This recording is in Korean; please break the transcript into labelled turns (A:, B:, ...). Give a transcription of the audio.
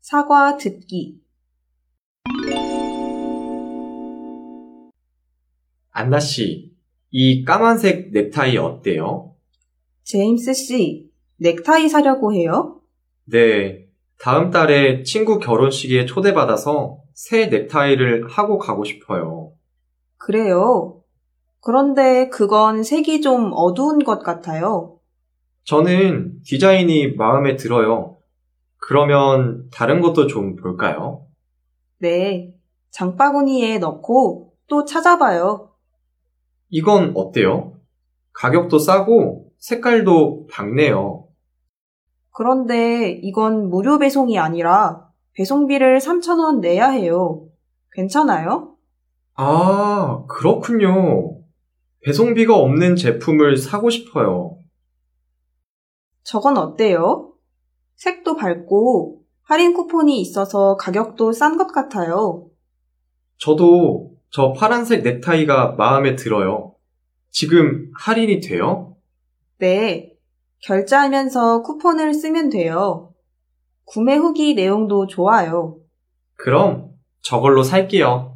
A: 사과 듣기,
B: 안나 씨, 이 까만색 넥타이 어때요?
A: 제임스 씨, 넥타이 사려고 해요?
B: 네, 다음 달에 친구 결혼식에 초대받아서 새 넥타이를 하고 가고 싶어요.
A: 그래요. 그런데 그건 색이 좀 어두운 것 같아요.
B: 저는 디자인이 마음에 들어요. 그러면 다른 것도 좀 볼까요?
A: 네, 장바구니에 넣고 또 찾아봐요.
B: 이건 어때요? 가격도 싸고 색깔도 밝네요.
A: 그런데 이건 무료 배송이 아니라 배송비를 3,000원 내야 해요. 괜찮아요?
B: 아, 그렇군요. 배송비가 없는 제품을 사고 싶어요.
A: 저건 어때요? 색도 밝고 할인 쿠폰이 있어서 가격도 싼 것 같아요.
B: 저도 저 파란색 넥타이가 마음에 들어요. 지금 할인이 돼요?
A: 네. 결제하면서 쿠폰을 쓰면 돼요. 구매 후기 내용도 좋아요.
B: 그럼 저걸로 살게요.